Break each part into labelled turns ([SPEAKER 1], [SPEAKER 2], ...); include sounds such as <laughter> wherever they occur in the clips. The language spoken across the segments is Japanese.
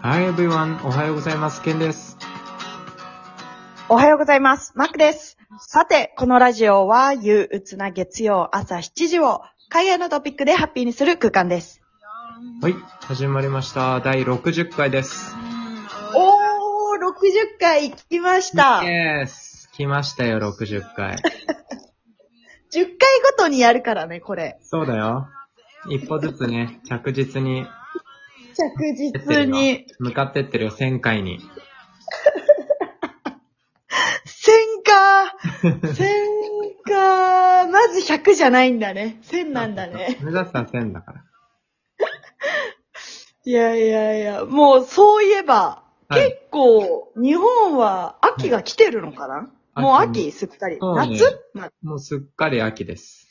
[SPEAKER 1] Hi everyone. おはようございます。ケンです。
[SPEAKER 2] おはようございます。マックです。さて、このラジオは憂鬱な月曜朝7時を海外のトピックでハッピーにする空間です。
[SPEAKER 1] はい。始まりました。第60回です。
[SPEAKER 2] おー、60回行きました。10
[SPEAKER 1] Yes. 来ましたよ、60回。
[SPEAKER 2] 回ごとにやるからね、これ。
[SPEAKER 1] そうだよ。一歩ずつね、着実に
[SPEAKER 2] 着
[SPEAKER 1] 出て
[SPEAKER 2] 実
[SPEAKER 1] るよ
[SPEAKER 2] に。
[SPEAKER 1] 向かってってるよ、1000回に。
[SPEAKER 2] 1000か。1000か。まず100じゃないんだね。1000なんだね。
[SPEAKER 1] 目指すは1000だから。
[SPEAKER 2] いやいやいや、もうそういえば、
[SPEAKER 1] はい
[SPEAKER 2] 結構日本は秋が来てるのかな、
[SPEAKER 1] はい
[SPEAKER 2] もう
[SPEAKER 1] 秋
[SPEAKER 2] 秋すっかり。
[SPEAKER 1] そうね
[SPEAKER 2] 夏、ま
[SPEAKER 1] もうすっかり秋です。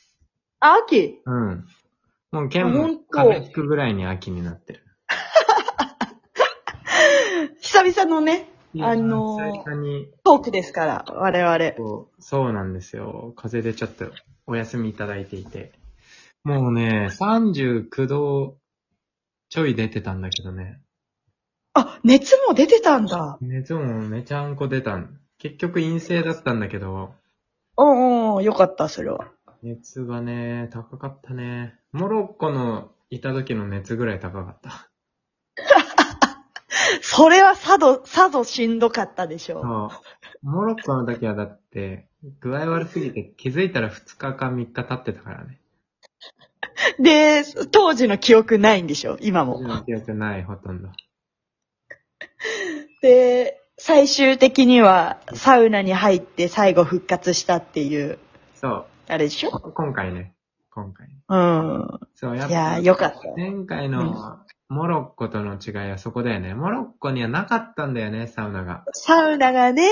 [SPEAKER 2] あ、秋
[SPEAKER 1] うん。もうケン
[SPEAKER 2] ほ
[SPEAKER 1] も
[SPEAKER 2] んと
[SPEAKER 1] 風邪ひくぐらいに秋になってる。
[SPEAKER 2] 久々のね、あのー
[SPEAKER 1] 久々に、
[SPEAKER 2] トークですから、我々。
[SPEAKER 1] こうそうなんですよ。風邪でちょっとお休みいただいていて。もうね、39度ちょい出てたんだけどね。
[SPEAKER 2] あ、熱も出てたんだ。
[SPEAKER 1] 熱もめちゃんこ出たん。結局陰性だったんだけど、
[SPEAKER 2] うんうん、よかった、それは。
[SPEAKER 1] 熱がね、高かったね。モロッコのいた時の熱ぐらい高かった。
[SPEAKER 2] それはさぞ、さぞしんどかったでしょう。
[SPEAKER 1] そう。モロッコの時はだって、具合悪すぎて気づいたら2日か3日経ってたからね。
[SPEAKER 2] で、当時の記憶ないんでしょ、今も。
[SPEAKER 1] 記憶ない、ほとんど。
[SPEAKER 2] で、最終的にはサウナに入って最後復活したっていう、
[SPEAKER 1] そ
[SPEAKER 2] あれでしょ
[SPEAKER 1] う。今回ね。今回。
[SPEAKER 2] うん。
[SPEAKER 1] そう、やっ
[SPEAKER 2] いや
[SPEAKER 1] ぱ
[SPEAKER 2] ー、よかった。
[SPEAKER 1] 前回のモロッコとの違いはそこだよね。モロッコにはなかったんだよね、サウナが。
[SPEAKER 2] サウナがね、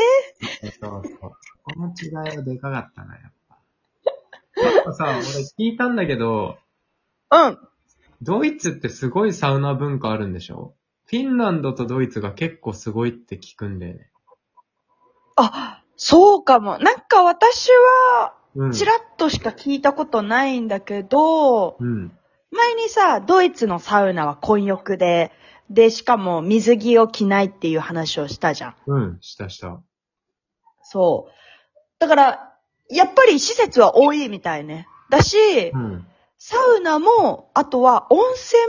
[SPEAKER 1] そうそう。この違いはでかかったな、やっぱ。やっぱさ、俺聞いたんだけど、
[SPEAKER 2] うん。
[SPEAKER 1] ドイツってすごいサウナ文化あるんでしょフィンランドとドイツが結構すごいって聞くんだよね。
[SPEAKER 2] あ、そうかも。なんか私は、
[SPEAKER 1] うん。
[SPEAKER 2] ちらっとしか聞いたことないんだけど、
[SPEAKER 1] うん。
[SPEAKER 2] 前にさ、ドイツのサウナは混浴で、で、しかも水着を着ないっていう話をしたじゃん。
[SPEAKER 1] うん。したした。
[SPEAKER 2] そう。だから、やっぱり施設は多いみたいね。だし
[SPEAKER 1] う、ん。
[SPEAKER 2] サウナも、あとは温泉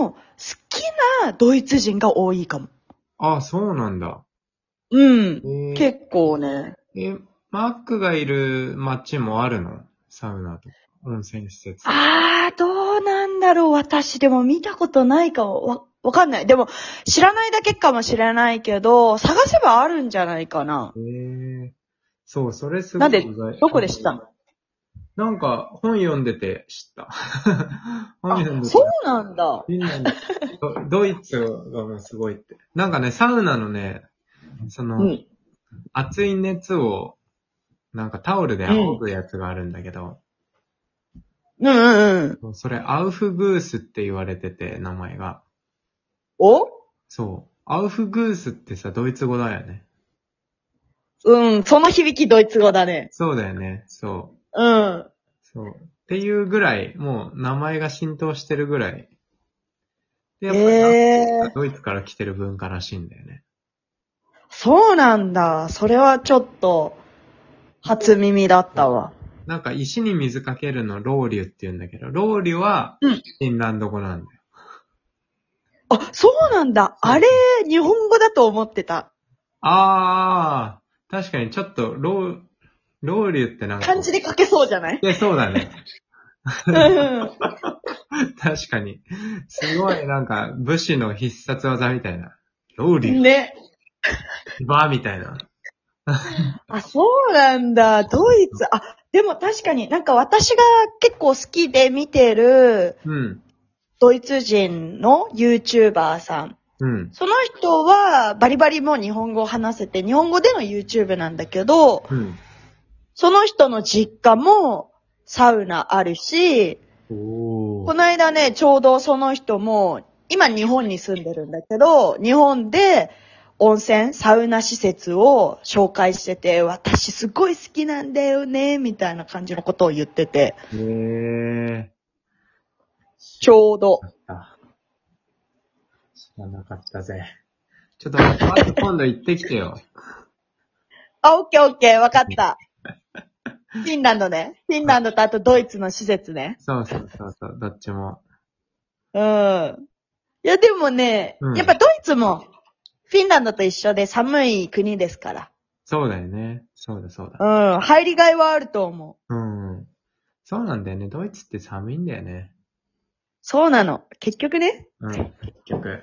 [SPEAKER 2] も、好きなドイツ人が多いかも。
[SPEAKER 1] ああ、そうなんだ。
[SPEAKER 2] うん
[SPEAKER 1] え。ー、
[SPEAKER 2] 結構ね。
[SPEAKER 1] え、マックがいる街もあるのサウナとか。温泉施設。
[SPEAKER 2] あー、どうなんだろう。私でも見たことないかも。わ、わかんない。でも、知らないだけかもしれないけど、探せばあるんじゃないかな。
[SPEAKER 1] へえそう、それすごい。
[SPEAKER 2] なんでどこで知ったの
[SPEAKER 1] なんか、本読んでて知った。 <laughs> 本読んで
[SPEAKER 2] あ、
[SPEAKER 1] て。
[SPEAKER 2] そうなんだ。
[SPEAKER 1] みんなにド <laughs> ドイツがもうすごいって。なんかね、サウナのね、その、
[SPEAKER 2] うん。
[SPEAKER 1] 熱い熱を、なんかタオルで仰ぐやつがあるんだけど、
[SPEAKER 2] うんうんうん。
[SPEAKER 1] それアウフグースって言われてて、名前が。
[SPEAKER 2] お
[SPEAKER 1] そう。アウフグースってさ、ドイツ語だよね。
[SPEAKER 2] うん、その響きドイツ語だね。
[SPEAKER 1] そうだよね。そう。
[SPEAKER 2] うん。
[SPEAKER 1] そう。っていうぐらい、もう名前が浸透してるぐらい。で、やっぱりなんか
[SPEAKER 2] えー、
[SPEAKER 1] ドイツから来てる文化らしいんだよね。
[SPEAKER 2] そうなんだ。それはちょっと、初耳だったわ。
[SPEAKER 1] なんか石に水かけるのロウリュって言うんだけど、ロウリュは
[SPEAKER 2] うん
[SPEAKER 1] フィンランド語なんだよ。
[SPEAKER 2] あ、そうなんだ。あれ、日本語だと思ってた。
[SPEAKER 1] あー、確かにちょっとロウ、ロウリュってなんか。
[SPEAKER 2] 漢字で書けそうじゃない
[SPEAKER 1] で、そうだね。 <laughs>
[SPEAKER 2] うん。
[SPEAKER 1] 確かに。すごいなんか武士の必殺技みたいな。ロウリュ、
[SPEAKER 2] ね。
[SPEAKER 1] バーみたいな。
[SPEAKER 2] あ、そうなんだ。ドイツ。あ、でも確かになんか私が結構好きで見てる
[SPEAKER 1] うん。
[SPEAKER 2] ドイツ人の YouTuber さん。
[SPEAKER 1] うん。
[SPEAKER 2] その人はバリバリもう日本語を話せて、日本語での YouTube なんだけど、
[SPEAKER 1] うん。
[SPEAKER 2] その人の実家もサウナあるし、
[SPEAKER 1] お
[SPEAKER 2] こ
[SPEAKER 1] ー。
[SPEAKER 2] の間ね、ちょうどその人も、今日本に住んでるんだけど、日本で温泉、サウナ施設を紹介してて、私すごい好きなんだよね、みたいな感じのことを言ってて、
[SPEAKER 1] へー。
[SPEAKER 2] ちょうど。
[SPEAKER 1] あ、知らなかったぜ。ちょっと待って、まず今度行ってきてよ。
[SPEAKER 2] あ、オッケーオッケー、わかった。フィンランドね。フィンランドとあとドイツの施設ね。
[SPEAKER 1] そうそうそうそう、どっちも。
[SPEAKER 2] うん。いや、でもね、
[SPEAKER 1] うん
[SPEAKER 2] やっぱドイツも、フィンランドと一緒で寒い国ですか
[SPEAKER 1] そうだよね。そうだそうだ。
[SPEAKER 2] ら。うん。入りがいはあると思う。
[SPEAKER 1] うん。そうなんだよね。ドイツって寒いんだよね。
[SPEAKER 2] そうなの。結局ね。
[SPEAKER 1] うん、結局。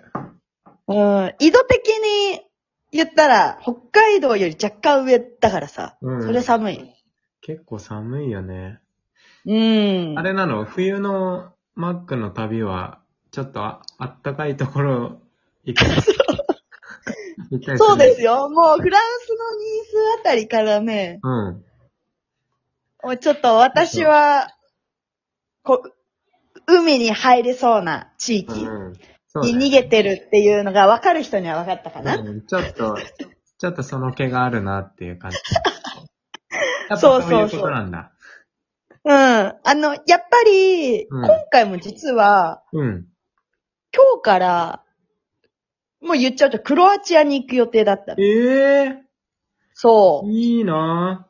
[SPEAKER 2] うん。緯度的に言ったら、北海道より若干上だからさ。
[SPEAKER 1] うん
[SPEAKER 2] それ寒い。
[SPEAKER 1] 結構寒いよね。
[SPEAKER 2] うん。
[SPEAKER 1] あれなの冬のマックの旅は、ちょっとああったかいとこ
[SPEAKER 2] <laughs>
[SPEAKER 1] ろ行く。行ったり
[SPEAKER 2] そうですすよ。もうフランスのニースあたりからね、
[SPEAKER 1] る。うん。
[SPEAKER 2] もうちょっと私は、こう、海に入れそうな地域
[SPEAKER 1] うん。そうだ
[SPEAKER 2] に
[SPEAKER 1] よ
[SPEAKER 2] 逃げてるっていうのが分かる人には分かったかな。
[SPEAKER 1] うんちょっと、ちょっとその気があるなっていう感
[SPEAKER 2] <laughs>
[SPEAKER 1] じ。やっぱ
[SPEAKER 2] そ
[SPEAKER 1] そうう
[SPEAKER 2] そうそう
[SPEAKER 1] いうことなんだ。
[SPEAKER 2] うん。あの、やっぱり、
[SPEAKER 1] うん
[SPEAKER 2] 今回も実は、
[SPEAKER 1] うん。
[SPEAKER 2] 今日から、もう言っちゃうとクロアチアに行く予定だったの。
[SPEAKER 1] ええ
[SPEAKER 2] そう。
[SPEAKER 1] いいな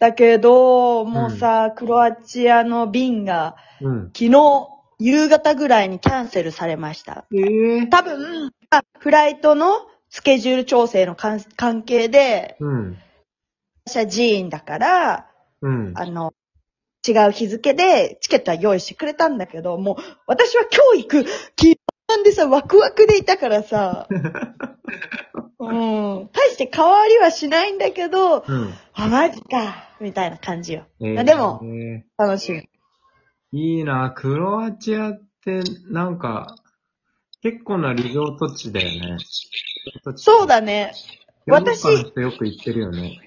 [SPEAKER 2] だけど、もうさ、クロアチアの便が
[SPEAKER 1] ぁうん。
[SPEAKER 2] 昨日夕方ぐらいにキャンセルされました。
[SPEAKER 1] ええ
[SPEAKER 2] 多分、あフライトのスケジュール調整の関関係で、
[SPEAKER 1] うん。
[SPEAKER 2] 私は寺院だから、
[SPEAKER 1] うん。
[SPEAKER 2] あの、違う日付でチケットは用意してくれたんだけど、もう私は今日行く気なんでさ、ワクワクでいたから
[SPEAKER 1] <laughs>
[SPEAKER 2] さ、うん、大して変わりはしないんだけど、
[SPEAKER 1] うん。
[SPEAKER 2] あ、マジか、みたいな感じよ。
[SPEAKER 1] え
[SPEAKER 2] でも
[SPEAKER 1] え
[SPEAKER 2] 楽しみ。
[SPEAKER 1] いいなぁクロアチアって、なんか、結構なリゾート地だよね。
[SPEAKER 2] そう
[SPEAKER 1] だ。
[SPEAKER 2] だね。
[SPEAKER 1] ヨーロッ
[SPEAKER 2] 私
[SPEAKER 1] パの人よく行ってるよね。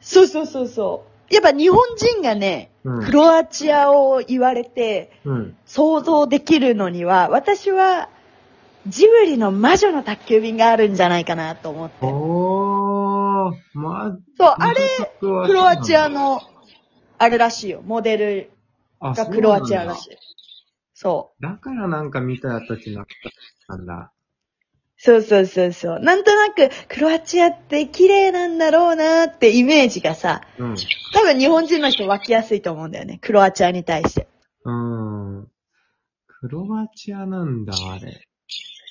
[SPEAKER 2] そうそうそうそう。やっぱ日本人がね、
[SPEAKER 1] うん。
[SPEAKER 2] クロアチアを言われて、
[SPEAKER 1] うん。
[SPEAKER 2] 想像できるのには、私は、ジブリの魔女の宅急便があるんじゃないかなと思って。
[SPEAKER 1] おー、ま、
[SPEAKER 2] そう、あれ、
[SPEAKER 1] クロ
[SPEAKER 2] クロアチア
[SPEAKER 1] の
[SPEAKER 2] の、あれらしいよ。モデルがクロアチアらしい。そ
[SPEAKER 1] だからなんか見た時なかったんだ。
[SPEAKER 2] う。そうそうそうそう。なんとなく、クロアチアって綺麗なんだろうなってイメージがさ、
[SPEAKER 1] うん。
[SPEAKER 2] 多分日本人の人湧きやすいと思うんだよね。クロアチアに対して。
[SPEAKER 1] うーん。クロアチアなんだ、あれ。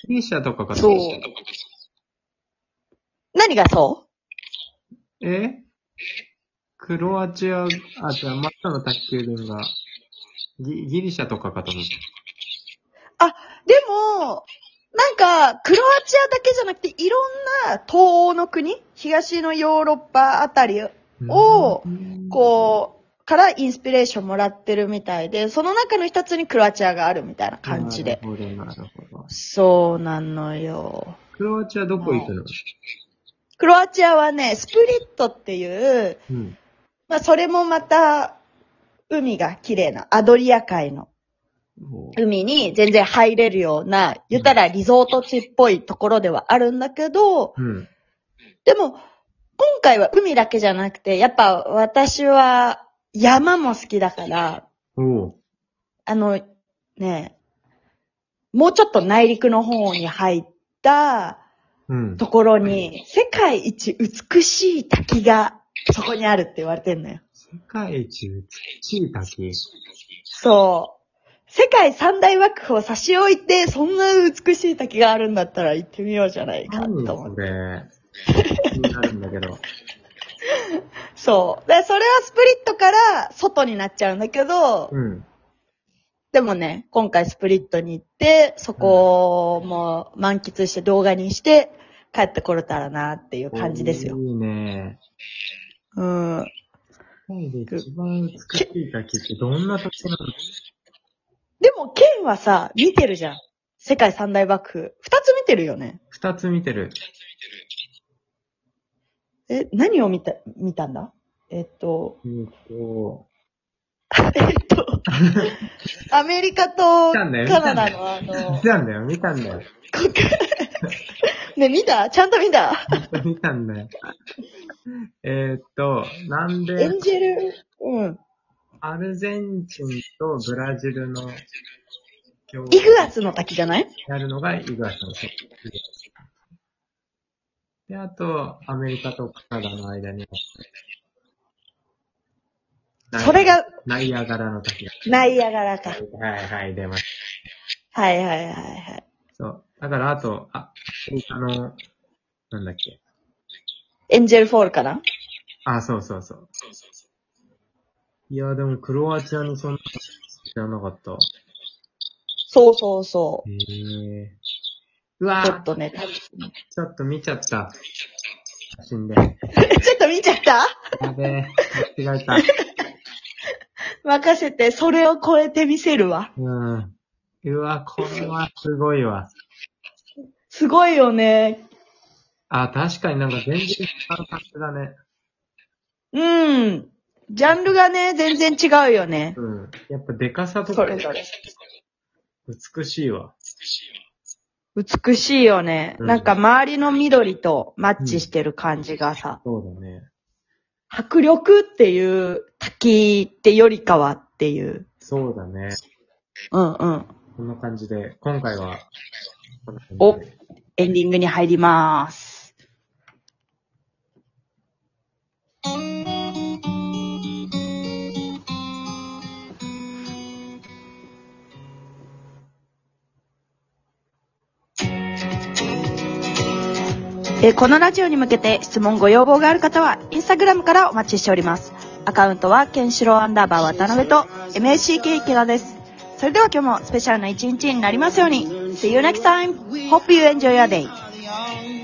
[SPEAKER 1] ギリシャとかか
[SPEAKER 2] そう。何がそう
[SPEAKER 1] えクロアチア、あ、じゃあ、マットの卓球便が、ギギリシャとかかと思っ
[SPEAKER 2] でも、なんか、クロアチアだけじゃなくて、いろんな東欧の国、東のヨーロッパあたり、
[SPEAKER 1] た。
[SPEAKER 2] おー
[SPEAKER 1] うん
[SPEAKER 2] こう、からインスピレーションもらってるみたいで、その中の一つにクロアチアがあるみたいな感じで。
[SPEAKER 1] なるほど、なるほど。
[SPEAKER 2] そうなのよ。
[SPEAKER 1] クロアチアどこ行くの
[SPEAKER 2] クロアチアはね、スプリットっていう、
[SPEAKER 1] うん。
[SPEAKER 2] まあそれもまた、海が綺麗な、アドリア海の
[SPEAKER 1] おー
[SPEAKER 2] 海に全然入れるような、言ったらリゾート地っぽいところではあるんだけど、
[SPEAKER 1] うん。
[SPEAKER 2] でも、今回は海だけじゃなくて、やっぱ私は山も好きだから、
[SPEAKER 1] おー
[SPEAKER 2] あの、ね、もうちょっと内陸の方に入った
[SPEAKER 1] うん。
[SPEAKER 2] ところに、世界一美しい滝がそこにあるって言われてんのよ。
[SPEAKER 1] 世界一美しい滝。
[SPEAKER 2] そう。世界三大瀑布を差し置いて、そんな美しい滝があるんだったら行ってみようじゃないかと
[SPEAKER 1] 何
[SPEAKER 2] 思
[SPEAKER 1] そ
[SPEAKER 2] って。
[SPEAKER 1] れ。気になるんだけど。
[SPEAKER 2] そう。で、それはスプリットから外になっちゃうんだけど、
[SPEAKER 1] うん。
[SPEAKER 2] でもね、今回スプリットに行って、そこも満喫して動画にして、帰ってこれたらなっていう感じですよ。
[SPEAKER 1] いいね。
[SPEAKER 2] うん。
[SPEAKER 1] 世界で一番美しい滝ってどんな滝なの
[SPEAKER 2] でも、ケンはさ、見てるじゃん。世界三大幕府。二つ見てるよね。
[SPEAKER 1] 二つ見てる。
[SPEAKER 2] え、何を見た、見たんだえっと、 <laughs>
[SPEAKER 1] うんと、
[SPEAKER 2] えっ
[SPEAKER 1] <laughs>
[SPEAKER 2] と、アメリカと
[SPEAKER 1] 見
[SPEAKER 2] カ
[SPEAKER 1] たんだよ
[SPEAKER 2] ナダのあの
[SPEAKER 1] 見、たんだよ、見たんだよ。
[SPEAKER 2] 国ね、見たちゃんと見た
[SPEAKER 1] 見たんだよ。えーっと、なん
[SPEAKER 2] エ
[SPEAKER 1] で、
[SPEAKER 2] ンジェル、うん。
[SPEAKER 1] アルゼンチンとブラジルの共
[SPEAKER 2] イグアスの滝じゃない
[SPEAKER 1] やるのがイグアスの世界で、あと、アメリカとカナダの間に。
[SPEAKER 2] それが、
[SPEAKER 1] ナイアガラの滝が。
[SPEAKER 2] ナイアガラか。
[SPEAKER 1] はいはい、出まし
[SPEAKER 2] はいはいはいはい。
[SPEAKER 1] た。そう。だから、あと、あ、あの、なんだっけ。
[SPEAKER 2] エンジェルフォールかな
[SPEAKER 1] あ、そうそうそう。いや、でも、クロアチアのそんな、知らなかった。
[SPEAKER 2] そうそうそ
[SPEAKER 1] へえ。う
[SPEAKER 2] う。
[SPEAKER 1] わ
[SPEAKER 2] ちょっ
[SPEAKER 1] ー
[SPEAKER 2] とね、 <laughs>
[SPEAKER 1] ちょっと見ちゃった。写真で。
[SPEAKER 2] ちょっと見ちゃった
[SPEAKER 1] やべえ、間違えた。
[SPEAKER 2] 任せて、それを超えてみせるわ。
[SPEAKER 1] うん。うわ、これはすごいわ。
[SPEAKER 2] すごいよね。
[SPEAKER 1] あ、確かになんか全然違う感じだね。
[SPEAKER 2] うん。ジャンルがね、全然違うよね。
[SPEAKER 1] うん。やっぱデカさと
[SPEAKER 2] そ
[SPEAKER 1] か
[SPEAKER 2] れぞれ。
[SPEAKER 1] 美しいわ。
[SPEAKER 2] 美しいよね。
[SPEAKER 1] うん
[SPEAKER 2] なんか周りの緑とマッチしてる感じがさ、
[SPEAKER 1] そうだね。
[SPEAKER 2] 迫力っていう滝ってよりかはっていう。
[SPEAKER 1] そうだね。
[SPEAKER 2] うんうん。
[SPEAKER 1] こんな感じで、今回は、こんな感じで
[SPEAKER 2] エンディングに入ります。えーこのラジオに向けて質問ご要望がある方は、インスタグラムからお待ちしております。アカウントは、ケンシロウアンダーバー渡辺と、MACK 池田です。それでは今日もスペシャルな一日になりますように。See you next time! Hope you enjoy your day!